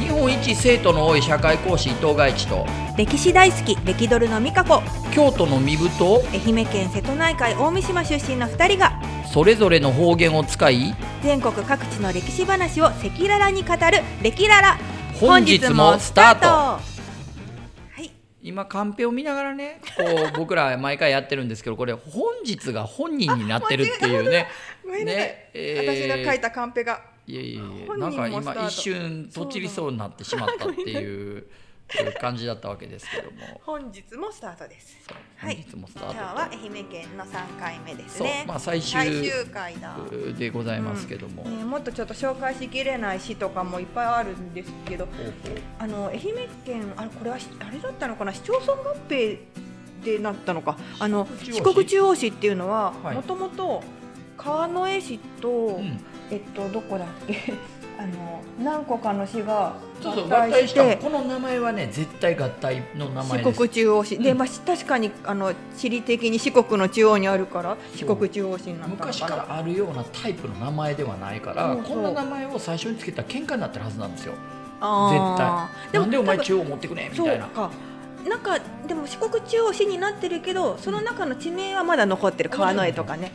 日本一生徒の多い社会講師伊藤外一と歴史大好き歴ドルの美香子京都の身分と愛媛県瀬戸内海大三島出身の2人がそれぞれの方言を使い全国各地の歴史話を赤裸々に語る「歴ララ」本日もスタートはい今カンペを見ながらねこ う僕ら毎回やってるんですけどこれ本日が本人になってるっていうね。ごめんなさい、ねえー私の書いたカンペがいやいやいや本人なもんかスタ今ート一瞬とっちりそうになってしまったっていう 感じだったわけですけども本日もスタートですそうは本い日もスタ今日ーはト愛媛県の3回目でとすそうね、まあ最終最終回だ、でございますけども。ねもっとちょっと紹介しきれない詩とかもいっぱいあるんですけどほうほうあの愛媛県あれこれはしあれだったのかな市町村合併でなったのかあの四四国中央市国中央市っていうのははいもともと川越市と、うんえっとどこだっけ あの何個かの市がそうそう合合体体ししたてこの名前はね絶対合体の名前四です国中央市、でうんまあし確かにあの地理的に四国の中央にあるから四そう国中央市になったのかな昔からあるようなタイプの名前ではないからそうそこうんな名前を最初につけたら喧嘩になってるはずなんですよあーなんでお前多分中央持ってくねみそたういなかなんかでも四国中央市になってるけどその中の地名はまだ残ってる川の絵とかね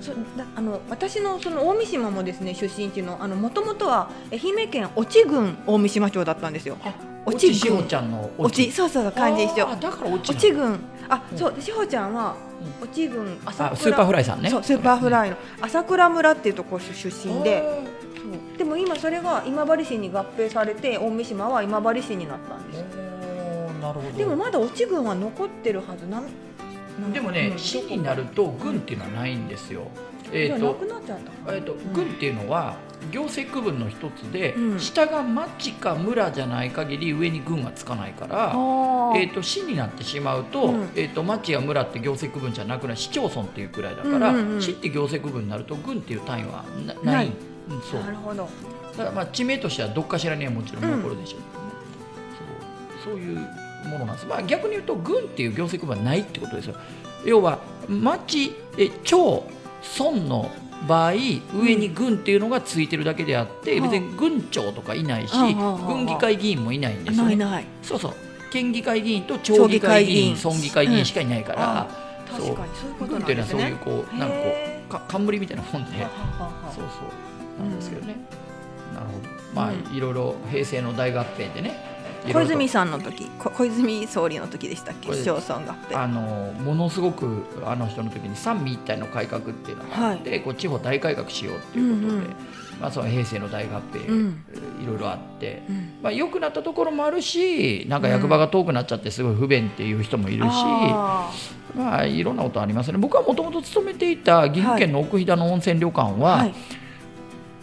そうだあの私のその近江島もですね出身地のあの元々は愛媛県越智郡大三島町だったんですよお落ちちしほちゃんの越智そうそうそう漢字一緒あーだから落ち越智郡あうんそうで志保ちゃんは越智郡朝倉スーパーフライさんねそうスーパーフライの朝倉村っていうところ出身であそうでも今それが今治市に合併されて近江島は今治市になったんですーおーなるほどでもまだ落ち郡は残ってるはずなんなんでもねうん市になると軍っていうのはないんですよえじゃっあなとくなっちゃったかなえっと、郡っていうのは行政区分の一つで、うん下が町か村じゃない限り上に郡はつかないから、あーえっと市になってしまうと,、うんえっと町や村って行政区分じゃなくない市町村っていうくらいだから、うんうんうん市って行政区分になると郡っていう単位はなないないうん、そうなだるほどからまあ地名としてはどっかしらにはもちろん残るでしょう、そうそういうものなんです、まあ、逆に言うと郡っていう行政区分はないってことですよ要は町え町村の場合上に郡っていうのがついてるだけであって、うん別に郡長とかいないし、うんうんうんうん郡議会議員もいないんですよねないそうそう県議会議員と町議会議員町議会村議会議員議員しかいないから、確かにそういうこ郡とっなんていうでのはすそういねうこうなんかこへうか冠みたいなもんで、ははははそうそうなんですけどね、なるほどまあ、ういろいろ平成の大合併でねいろ小いろと泉さんの時こ小泉総理の時でしたっけこれ市町村合併あのものすごくあの人の時に三位一体の改革っていうのがあって、こう地方大改革しようっていうことで、うんうんまあ、その平成の大合併、うんいろいろあって。うんまあ、良くなったところもあるしなんか役場が遠くなっちゃってすごい不便っていう人もいるし、あまあ、いろんなことありますね僕はもともと勤めていた岐阜県の奥飛騨の温泉旅館ーは、はい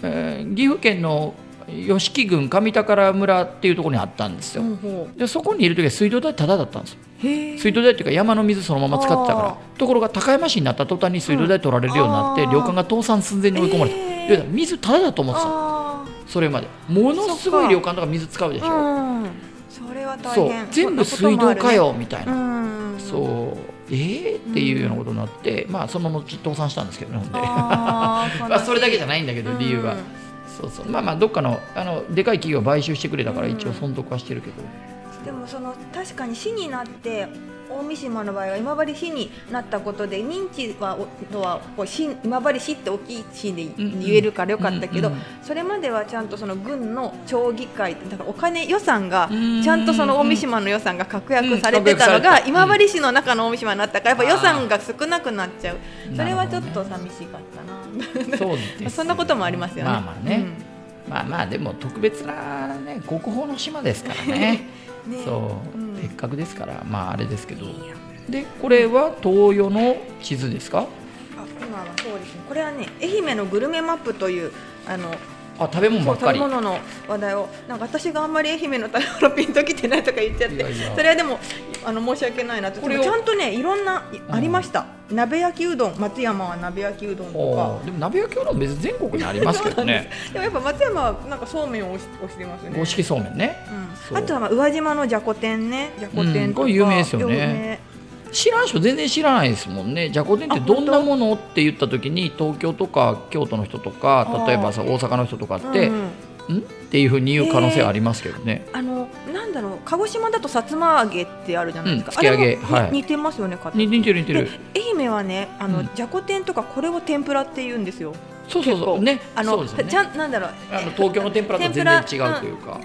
えー岐阜県の吉木郡上宝村っていうところにあったんですよ、ほうほでそこにいる時は水道代タダだったんですようへー水道代っていうか山の水そのまま使ってたかあらところが高山市になった途端に水道代取られるようになって、うん旅館が倒産寸前に追い込まれた、へー要は水タダだと思ってたのあそれまでものすごそいっか旅館とか水使うでしょ、ーうんそれはそ大う変全部水道かよみたいそな、んなこともそうえー、っていうようなことになって、まあその後倒産したんですけどねほんであるねうん まあ、それだけじゃゃないんだけど理由は。そうそうまあまあどっかのあのでかい企業を買収してくれたからうん一応存続はしてるけど、でもその確かに市になって大三島の場合は今治市になったことで認知はおとはこう市今治市って大きい市でんうん言えるからよかったけど、うんうんそれまではちゃんとその郡の町議会だからお金予算がうんちゃんとその大三島の予算が確約されてたうん確約のされがた今治市の中の大三島になったからやっぱ予算が少なくなっちゃうそれはちょっなると寂しかったなほどねそうです、 そんなこともありますよね。まあまあね、まあまあでも特別なね国宝の島ですから ねうんねそう、うん別格ですからまああれですけどいやでこれは東洋の地図ですかあ今はそうですねこれはね愛媛のグルメマップというあのあ食べ物ばそうっか食べり物の話題をなんか私があんまり愛媛の食べ物ピンときてないとか言っちゃっていやいやそれはでもあの申し訳ないなとこれでをもちゃんとねいろんなうんありました、鍋焼きうどん松山は鍋焼きうどんとおかーでも鍋焼きうどん別に全国にありますけ どねでもやっぱ松山はなんかそうめんを推し推してますね五色そうめんねう、そうんあとはまあ宇和島のじゃこ天ねじゃこ天とか、うんこれ有名ですよね有名知らん人全然知らないですもんねじゃこ天ってどんなものって言った時に東京とか京都の人とか例えばさ大阪の人とかって、うんうんんっていうふうに言う可能性はありますけどね、あのなんだろう鹿児島だとさつま揚げってあるじゃないですか、うんつけ揚げあれもにはい似てますよねかに似てる似てでる愛媛はねあうのんじゃこ天とかこれを天ぷらって言うんですよそうそうそう結構ねあそうの、ですよねちゃんなんだろうあの東京の天ぷらと全然違うというか、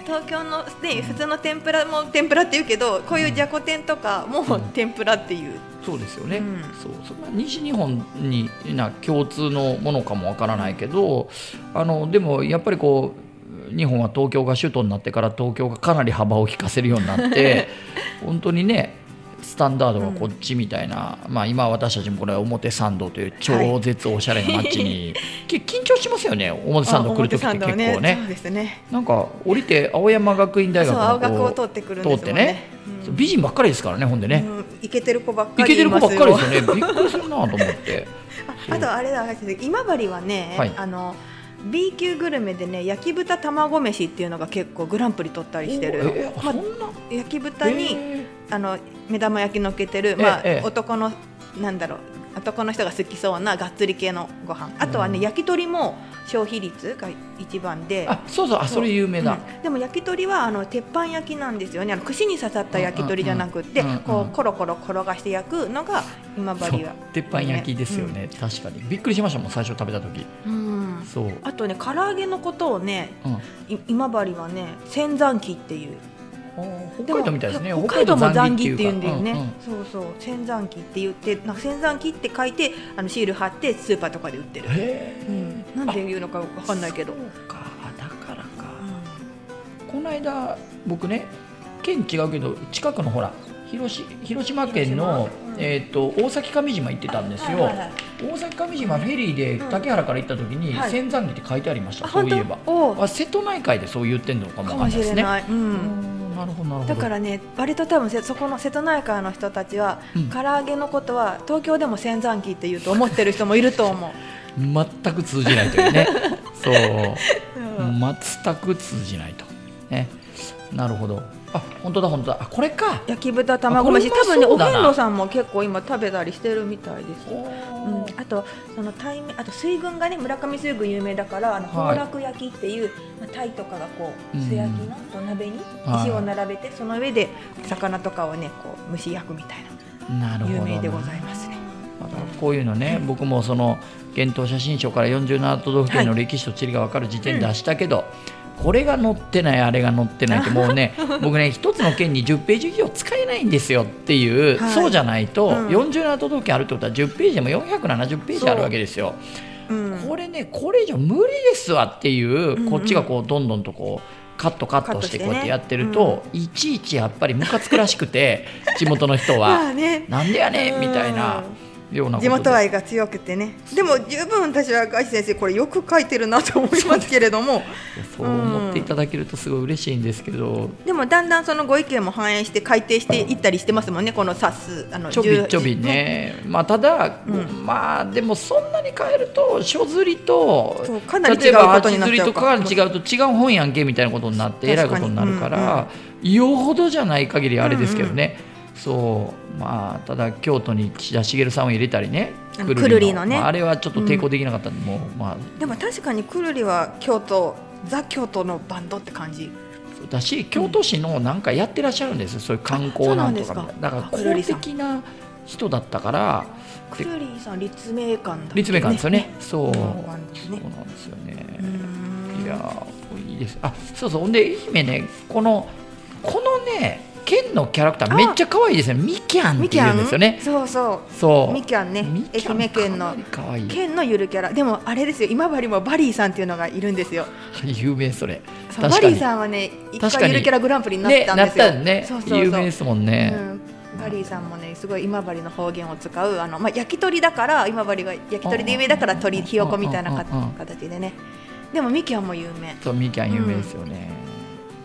東京のね普通の天ぷらも天ぷらって言うけどこういうじゃこ天とかもうん天ぷらっていう、そうですよね、うんそうそんな西日本にな共通のものかもわからないけどあのでもやっぱりこう日本は東京が首都になってから東京がかなり幅を利かせるようになって 本当にねスタンダードがこっちみたいな、まあ、今私たちもこれ表参道という超絶おしゃれな街に、け 緊張しますよね表参道来る時って結構あね表参道そうですねなんか降りて青山学院大そ学う青学のをこ通うってくるんですもんねそう美人ばっかりですからねほんでね、うん、イケてる子ばっかイりケてる子ばっかりですいますよよねびっくりするなと思って。ああとあれだ今治はね、はいあの B 級グルメでね焼き豚卵飯っていうのが結構グランプリ取ったりしておえる、あまあそ、んな焼き豚に、えあの目玉焼きのっけてる、えまあええ男のなんだろう男の人が好きそうながっつり系のご飯あとはね、うん焼き鳥も消費率が一番でー。あそうそうあそれ有名だ、うんでも焼き鳥はあの鉄板焼きなんですよねあの串に刺さった焼き鳥じゃなくって、うんうんうんこうコロコロ転がして焼くのが今そ治うは、鉄板焼きですよね、確かにびっくりしましたもん最初食べた時うん、そう、うん、あとね唐揚げのことをねい今治はね仙山期っていう北海道みたいですね北海道も残儀ってい残儀うんだよね、うんうんそうそう仙山期って言ってなんか仙山期って書いてあのシール貼ってスーパーとかで売ってる、へうん、なんていうのかわーかんないけど、うそうかあだからか、んこの間僕ね県違うけど近くのほら広し広島県の広島うんえー、と大崎上島行ってたんですよ、はいはいはい大崎上島フェリーでうん竹原から行った時にはい仙山儀って書いてありました、あそう本いえば当おうあ瀬戸内海でそう言ってんのかもかわかんもなしいですれねない、うん、うんなるほどなるほどだからね割と多分せそこの瀬戸内海の人たちは、うん唐揚げのことは東京でも仙山期っていうと思ってる人もいると思う、全く通じないという ねそううん全く通じないとねなるほどあ本当だ本当だあこれか焼き豚卵飯あこ多れうま分ねそおうだな遍路さんも結構今食べたりしてるみたいですおうんー、あとその対面あと水軍がね村上水軍有名だからあのは宝い楽焼きっていう、まあ、タイとかがこううん素焼きの土鍋にはい石を並べてその上で魚とかをねこう蒸し焼くみたいななるほ有どな名でございますね。まあこういうのね僕もその幻冬写真賞から47都道府県の歴史と地理が分かる時点出したけど、これが載ってないあれが載ってないってもうね僕ね一つの県に10ページ以上使えないんですよっていう、はいそうじゃないと、うん47都道府県あるってことは10ページでも470ページあるわけですよ。うんこれねこれ以上無理ですわっていう、んうんこっちがこうどんどんとこうカットカットしてカッこうトしてねやってやってると、いちいちやっぱりムカつくらしくて地元の人は まあねなんでやねんみたいなようなことで地元愛が強くてねでも十分私は赤石先生これよく書いてるなと思いますけれ どもそう思っていただけるとすごい嬉しいんですけど、でもだんだんそのご意見も反映して改定していったりしてますもんねこの冊数あのちょびちょ10びね、まあただ、うんまあでもそんなに変えると書釣りとそうかなり例違えうばこと八になっ釣ちりゃとうかから違うと違う本やんけみたいなことになってえらいことになるから、よほどじゃない限りあれですけどね、そうまあただ京都に岸田茂さんを入れたりねあのくるりのねまあ、あれはちょっと抵抗できなかったんで、もうまあでも確かにくるりは京都ザ京都のバンドって感じだし京都市のなんかやってらっしゃるんですよ、そういう観光なんとかみたいなあそうだなんかですから公的な人だったからくるりさん立命館だっけね立命館ですよねそうそうなんですねそうなんですよね、うーんいやーいいですあそうそうほんで愛媛ねこのこのね県のキャラクターあめっちゃ可愛いですねみきゃんっみてきいゃうんんですよねそうそうそうみきゃんねみきゃん愛媛県のかなり可愛い県のゆるキャラでもあれですよ今治もバリーさんっていうのがいるんですよ 有名それそ確うバかリにーさんはね一確か回にゆるキャラグランプリになっねたんなでっすよ、たんねそうそうそう有名ですもんね、うんバリーさんもねすごい今治の方言を使うあの、まあ、焼き鳥だから今治が焼き鳥で有名だから鳥ひよこみたいなかうんうんうんうん形でねでもみきゃんも有名そうみきゃん有名ですよね、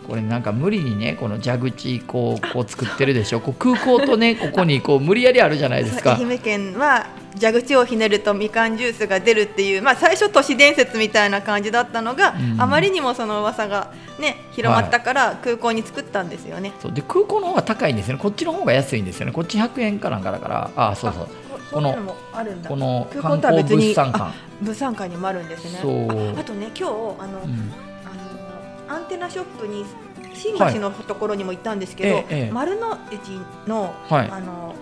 これなんか無理にねこの蛇口こうこう作ってるでしょこう空港と ねここにこう無理やりあるじゃないですか愛媛県は蛇口をひねるとみかんジュースが出るっていう、まあ、最初都市伝説みたいな感じだったのが、うんあまりにもその噂がね広まったから空港に作ったんですよね。そうで空港の方が高いんですよねこっちの方が安いんですよねこっち100円かなんかだからああそうそうあこそういうのもあるんだこの空観港とは光別に物産館物産館にもあるんですね。そうああとね今日あの、うんあのアンテナショップに新橋のところにも行ったんですけど、ええええ丸の内の,、はいあの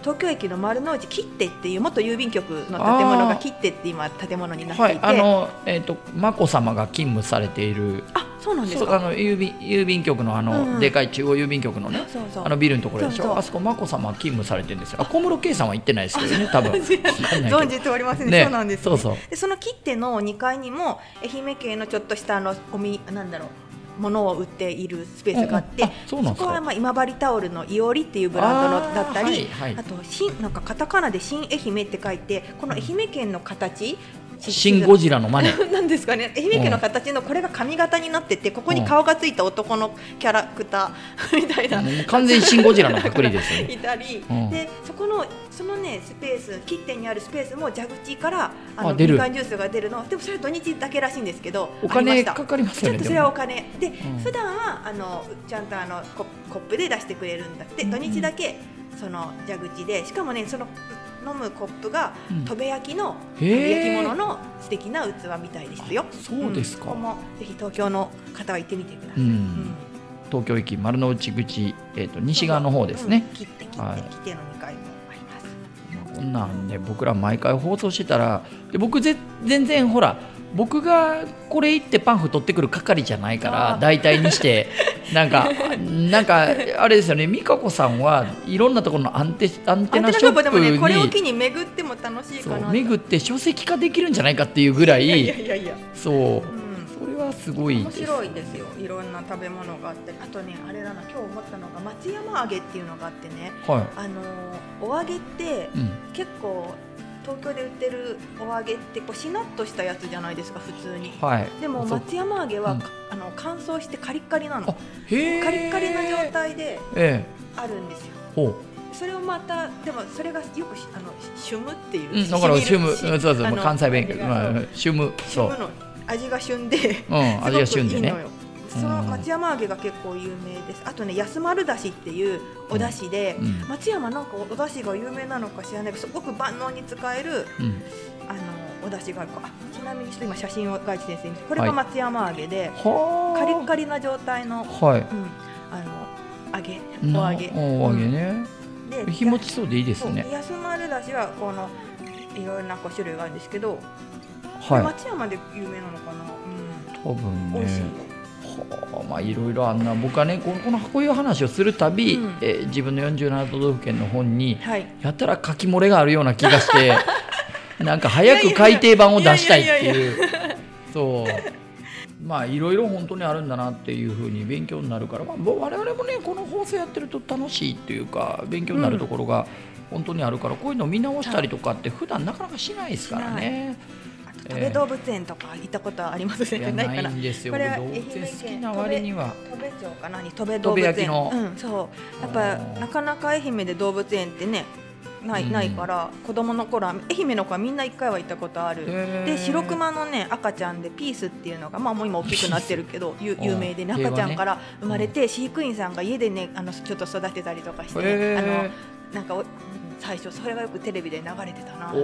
東京駅の丸の内切手っていう元郵便局の建物が切手って今建物になってはいいて、あのえっ、と眞子さまが勤務されているあそうなんですそうかあの郵便郵便局のあの、うんうんでかい中央郵便局のねそうそうあのビルのところでしょそうそうあそこ眞子さまは勤務されてるんですよあ小室圭さんは行ってないですけどね多分わかんないけど 存じておりませんねねそうなんです、ね、そうそうでその切手の2階にも愛媛県のちょっとしたあのゴミなんだろうものを売っているスペースがあって、うんうんあそうなんですかこはまあ今治タオルのいおりっていうブランドのだったりあーはいはいあと新なんかカタカナで新愛媛って書いてこの愛媛県の形シン・ゴジラの マネなんですかね愛媛県の形のこれが髪型になっててここに顔がついた男のキャラクター みたいな、もう完全にシン・ゴジラのパクリですよねいたり、うんでそこのそのねスペース切手にあるスペースも蛇口からあのあ出るみかんジュースが出るのでもそれは土日だけらしいんですけどおあり金ましたかかりますちよょっねとそでれはおも金で、ん普段はあのちゃんとあのココップで出してくれるんだって土日だけその蛇口でしかもねその飲むコップがうんとべ焼きの、へーとべ焼き物の素敵な器みたいですよあそうですかんここもぜひ東京の方は行ってみてください、うんうん東京駅丸の内口、えー、と西側の方ですね、うん切って切って、はい切っての2階もあります。こんなんで僕ら毎回放送してたらで僕ぜ全然ほら僕がこれ行ってパンフ取ってくる係じゃないかあらー大体にして なんかなんかあれですよね美香子さんはいろんなところのアンテアンアテンテナナシショョップでップもね、これをに機に巡っても楽しいそかうな。巡って書籍化できるんじゃないかっていうぐらいやいいやいやいや。そううん。それはすごい面です白いですよ。いろんな食べ物があって、あとね、あれだな、今日思ったのが松山揚げっていうのがあってね。はあのーお揚げってい、うん、結構東京で売ってるお揚げってこうしなっとしたやつじゃないですか普通に。はいでもそう松山揚げは、うんあの乾燥してカリッカリなのあ。へーカリッカリな状態でえあるんですよ。えほうそれをまたでもそれがよくしあのシュムっていう、うん、だからしシュム、みるうんそうそう、あまのあ関西弁味がまあそうシュム、シそュムう、の味が旬で、うん、味が旬でねすごくいいの。よその松山揚げが結構有名ですあとね安丸だしっていうおだしで、うんうん松山なんかおだしが有名なのか知らないけどすごく万能に使えるうん、あのおだしがあるあちなみにちょっと今写真を外地先生にこれはがい松山揚げで、はあ。カリッカリな状態の、はい。うん、あの揚げなお揚げお揚げね。で日持ちそうでいいですそうね。安丸だしはこのいろんなこう種類があるんですけど、は松山で有名なのかな、い。多分うん、美味しいねよ。、はあ、まあいろいろあんな僕はねこのこのこういう話をするたび、うんえー自分の47都道府県の本にはいやたら書き漏れがあるような気がして なんか早く改訂版を出したいっていやいいうそうまあいろいろ本当にあるんだなっていうふうに勉強になるから、まあ、ぼ我々もねこの放送やってると楽しいっていうか勉強になるところが本当にあるから、こういうの見直したりとかって普段なかなかしないですからね。あと、戸部動物園とか行ったことはありますいね、やないなかいなんですよこ動れは物園好きな愛割媛に県は。戸部町かなに戸部動物戸部焼き園のうん、そうやっぱあーなかなか愛媛で動物園ってねない,、うんないから子供の頃は愛媛の子はみんな一回は行ったことある、でシロクマのね赤ちゃんでピースっていうのがまあもう今大きくなってる けどゆうん有名でね平和ね赤ちゃんから生まれて飼育員さんが家でねあのちょっと育てたりとかして、へーあのなんかおうん最初それがよくテレビで流れてたなおー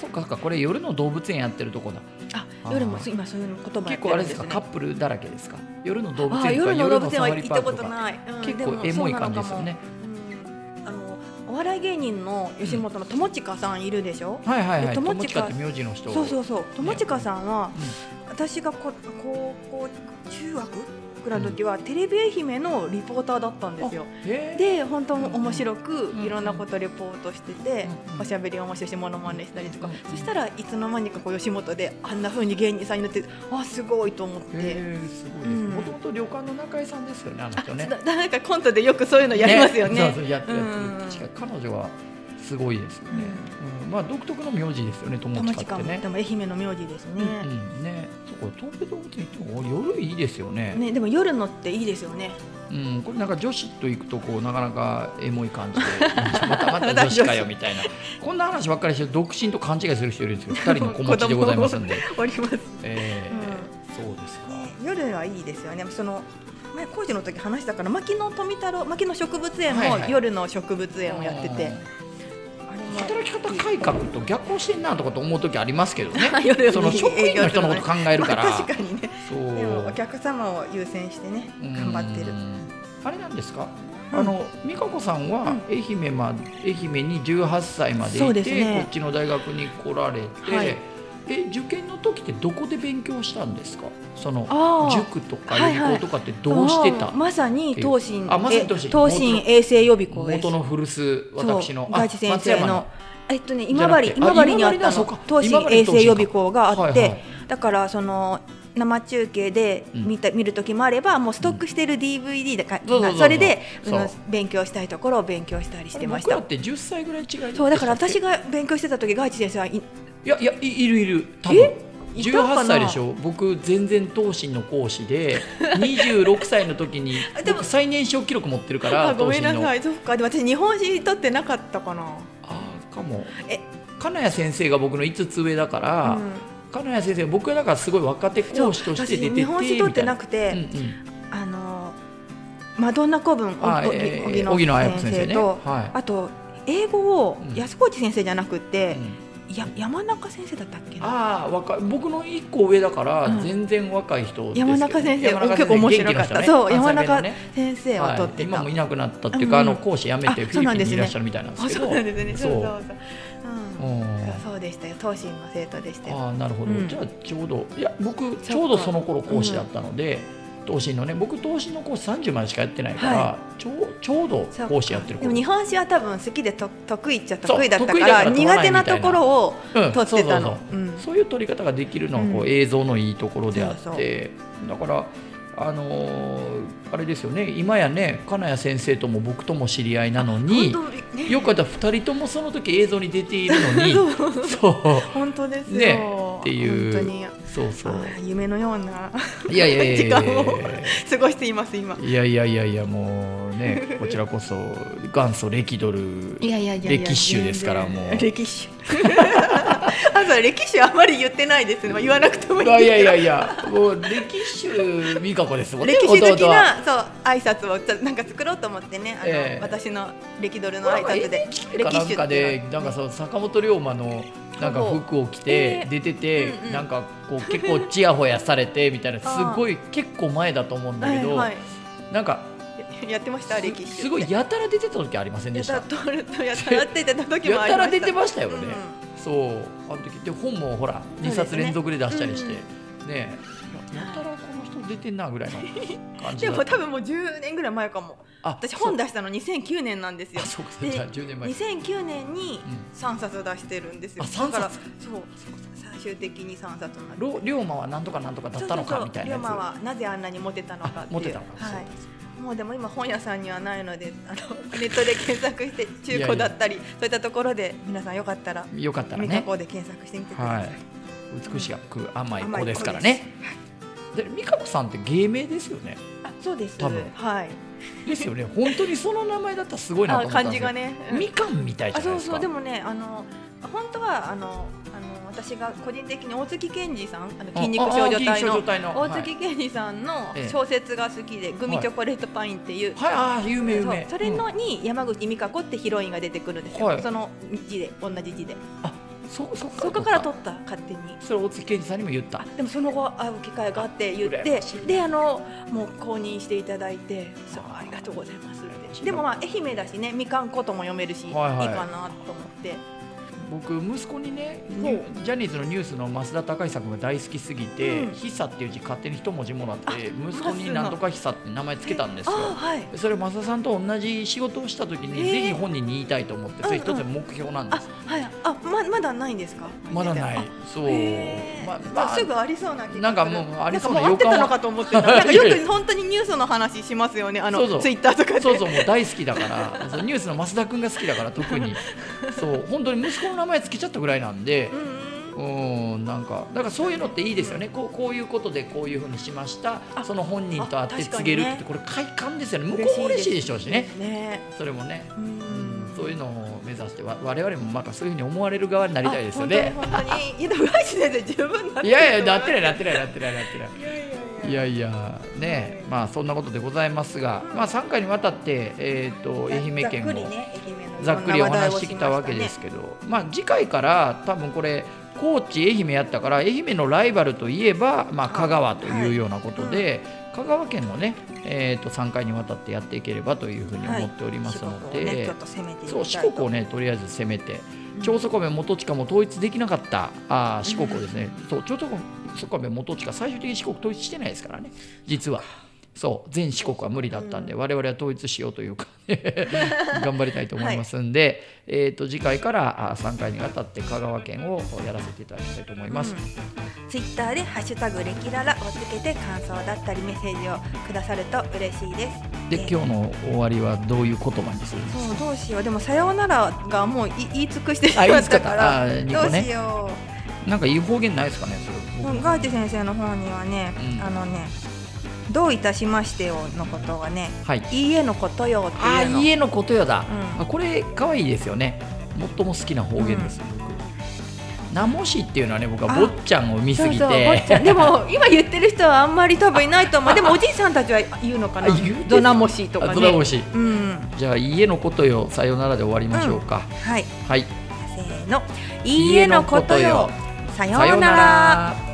そっかそっかこれ夜の動物園やってるとこだああー夜も今そういうこともや結って構あるれんでですすかねカップルだらけですか夜の動物園とあかあ夜の動物園はサファ行リっパークたことかない、うん結で構もエモい感じでそうすよなのかもねうんあのお笑い芸人の吉本の友近さんいるでしょ、はいはいはいで友友近近って名字の人そうそううそう友近さんは、う私がこ高校中学ぐらいの時は、テレビ愛媛のリポーターだったんですよでで本当も面白くうんいろんなことレポートしてて、うんおしゃべり面白いしモノマネしたりとか、うんそしたらいつの間にかこう吉本であんな風に芸人さんになってあすごいと思って。へーすごいですうんもともと旅館の中居さんですよねあの人ね だなんかコントでよくそういうのやりますよね。そうそうやってやってうんる確か彼女はすごいですよね、うんまあ、独特の名字ですよね友友近近っても、ねでも愛媛の名字ですうね。んうんね、そうか東京動物園行っても夜いいですよねね、でも夜のっていいですよね。うん、これなんか女子と行くとこうなかなかエモい感 じでまたまた女子かよみたいなこんな話ばっかりして独身と勘違いする人いるんですけ ど2人の子持ちでございますんで、おります。ね、えーそうですか、夜はいいですよね。その前工事の時話したから牧野富太郎牧野植物園はいもはい夜の植物園をやってて、あれも働き方改革と逆行してんなとかと思う時ありますけどね 夜よりその職員の人のこと考える から、まあ確かにね。そうでもお客様を優先してね頑張ってるう。んあれなんですか、うんあの美香子さんは愛媛,、ま愛媛に18歳までそいうてですねこっちの大学に来られて、はいえ受験の時ってどこで勉強したんですかそのあー塾とかは予いは備い校とかってどうしてた、あーまさに東進あまさにえ東進東進衛生予備校です。元の古巣私のそうあ大地先生松山のえっとねじゃ今なく治て今治にあっあ今治だたそのうか東今治進衛生予備校があって、はいはいだからその生中継でうん見た、見る時もあればもうストックしてる DVD だか、そうそうそうなそうそれでそううん勉強したいところを勉強したりしてまし僕らたって10歳ぐらい違いでしたっけそうだから私が勉強してた時外地先生はいいやいやいいるいる多分えいたかな18歳でしょ僕全然当身の講師 で26歳の時にあでも僕最年少記録持ってるかあらご当め身んなのさあいそっかでも私日本史取ってなかったかなあかもえ金谷先生が僕の5つ上だから、うん金谷先生僕はだからすごい若手そう講師として私出てて日本史取ってなくくて、うんうん、あのマドンナ古文あおおえー荻野荻野綾子先先生生ねとはいあと英語をうん安河内先生じゃなくてう、んや山中先生だったっけなああ若い僕の1個上だからうん全然若い人ですけど山中先生山中結構面白か元気なっ人た、ねそう山関西弁の中ね先生は取ってた、はい、今もいなくなったっていうか、うんうんあの講師辞めてあフそうィなリんピンにですねいらっしゃるみたいなんですあけそどうなんですねそうそうそうううんんそうでしたよ東進の生徒でしたよああなるほど、うんじゃあちょうどいや僕ちょうどその頃講師だったので、投資のね僕投資の講師30までしかやってないから、はちょうちょうどそうか講師やってるで頃も日本史は多分好きでと得意っちゃ得意だっそたうか得意だからら取らない苦手なところをうん取ってたのそうそううそんうそういう取り方ができるのはこう、うん映像のいいところであってそうだからあのーあれですよね今やね金谷先生とも僕とも知り合いなのに本当ねよかった2人ともその時映像に出ているの にそう本当ですよ、ねっていう本当にそうそうあー夢のようないやいやいやいやい時や間を過ごしています今いやいやいやいやもう ねこちらこそ元祖レキドルいやいやいやいや歴史集ですからもう全然歴史集 あそう歴史あんまり言ってないですね言わなくてもいいいやいやいやいやもう歴史集美香子ですもんね歴史好き弟はなそう挨拶をちょなんか作ろうと思ってねあの、ええ私の歴ドルの挨拶でなんか歴な史ん集かっていうでのなんかその坂本龍馬のなんか服を着えてー出ててうんうんなんかこう結構ちやほやされてみたいなす あーごい結構前だと思うんだはいけどはいなんかややってました歴史集すすごいやたら出てた時ありませんでやしたたらとるとやたらって出た時もやありたましたら出てしましたよね、うんそうあの時で本もほらうで2すね冊連続で出したりしてうんねえややたらこの人出てんなぐらいの感じでだもった多分もう10年ぐらい前かもあ私そう本出したの2009年なんですよあそうかでじゃあ10年前2009年にう3冊出してるんですよ、あ三冊だからそう最終的に3冊になるろ龍馬はなんとかなんとかだったのかみたいな龍やつ馬はなぜあんなにモテたのかあっていう持ってたのかはそうですい、もうでも今本屋さんにはないのであの ネットで検索して中古だったりそういったところで皆さんよかったらよかったら三日ね港で検索してみてください、はい美しく甘い甘子い子ですからでねで美香子さんって芸名ですよねあそうです多分はいですよ ね本当にその名前だったらすごいなあと思ったん漢です字よがね、うんみかんみたいじあゃないそでうすそかうでもねあの本当はあのあの私が個人的に大月健二さんあのあ筋肉少女ああ隊筋肉少の女隊の大月健二さんのええ小説が好きで「グミチョコレートパイン」っていう、はいはいあー有名有そう名それうんのに山口美香子ってヒロインが出てくるんですよ、はいその字で同じ字であそそっそこから取った勝手にそれ大月健二さんにも言ったでもその後会う機会があって言っあ羨まてしいであのもう公認していただいてそうあーありがとうございます羨まっしいてなでもまあ愛媛だしねみかんことも読めるし、はいはいいいかなと思って。僕息子にねほうジャニーズのニュースの増田隆久君が大好きすぎてう「んヒサ」っていう字勝手に一文字もらって息子マにスのなんとか「ヒサ」って名前つけたんですあよ。ーはいそれ増田さんと同じ仕事をした時にえーぜひ本人に言いたいと思ってそれ一つの目標なんであす。、はい、あままだないんですかまだないそうへーまああまあすぐありそうな気がするなんかもうありそうななんかも予う合ってた感 のはかと思ってたなんかよいやいくや本当にニュースの話しますよねあのそうそうツイッターとかでそうそうもう大好きだからそうニュースの増田君が好きだから特 にそう本当に息子の名前つけちゃったぐらいなんでうんうんうんなんかだからそういうのっていいですよねこうこういうことでこういうふうにしましたあその本人と会ってあ確か告にげるねってこれ快感ですよね向こうも嬉しいでしょうしねねそれもねううんんそういうのを目指してわ我々もまあそういうふうに思われる側になりたいですよねあ本当に本当にいやでも上石先生十分なっていると思やいやなってないなってないなってないなってないいやいやいいややいやねまあそんなことでございますがまあ3回にわたってえっと愛媛県ざっくりをね愛媛のいろんなざっくりお話題話をししてきたわけでしすけど、まあ、次回から多分これ高知愛媛やったから愛媛のライバルといえば、まあ、香川というようなことで、香川県のね、えー、と3回にわたってやっていければというふうまに思したねっておりますので、はい四国をねちょっと攻めていきたいそう四国をねとりあえず攻めてうん長宗我部元親も統一できなかったあー四国をですね、そう長宗我部元親最終的に四国統一してないですからね実は。そう全四国は無理だったんで、我々は統一しようというか 頑張りたいと思いますんで、えー、と次回からあ3回にわたって香川県をやらせていただきたいと思います。ツイッターでハッシュタグレキララをつけて感想だったりメッセージをくださると嬉しいです。で今日の終わりはどういう言葉にするんですかそうどうしようでもさようならがもうい言い尽くしてしまあ言いっ尽くしたたからあー二個どうねしよ。なんかいい方言ないですかねそうれ、もうガーチ先生の方にはね、うんあのねどういたしましてよのことがねはいいいえのことよってあいうのー家のことよだ、うんあこれ可愛いですよね最も好きな方言です、僕名もしっていうのはね僕はあ坊っちゃんを見すそうぎそう坊っちゃてんでも今言ってる人はあんまり多分いないと思うでもおじいさんたちは言うのかなあ言うでしょドナモシとかあそれは美ね味しいうんじゃあ家のことよさよならで終わりましょうか、はいはいせーのいいえのことよさようならら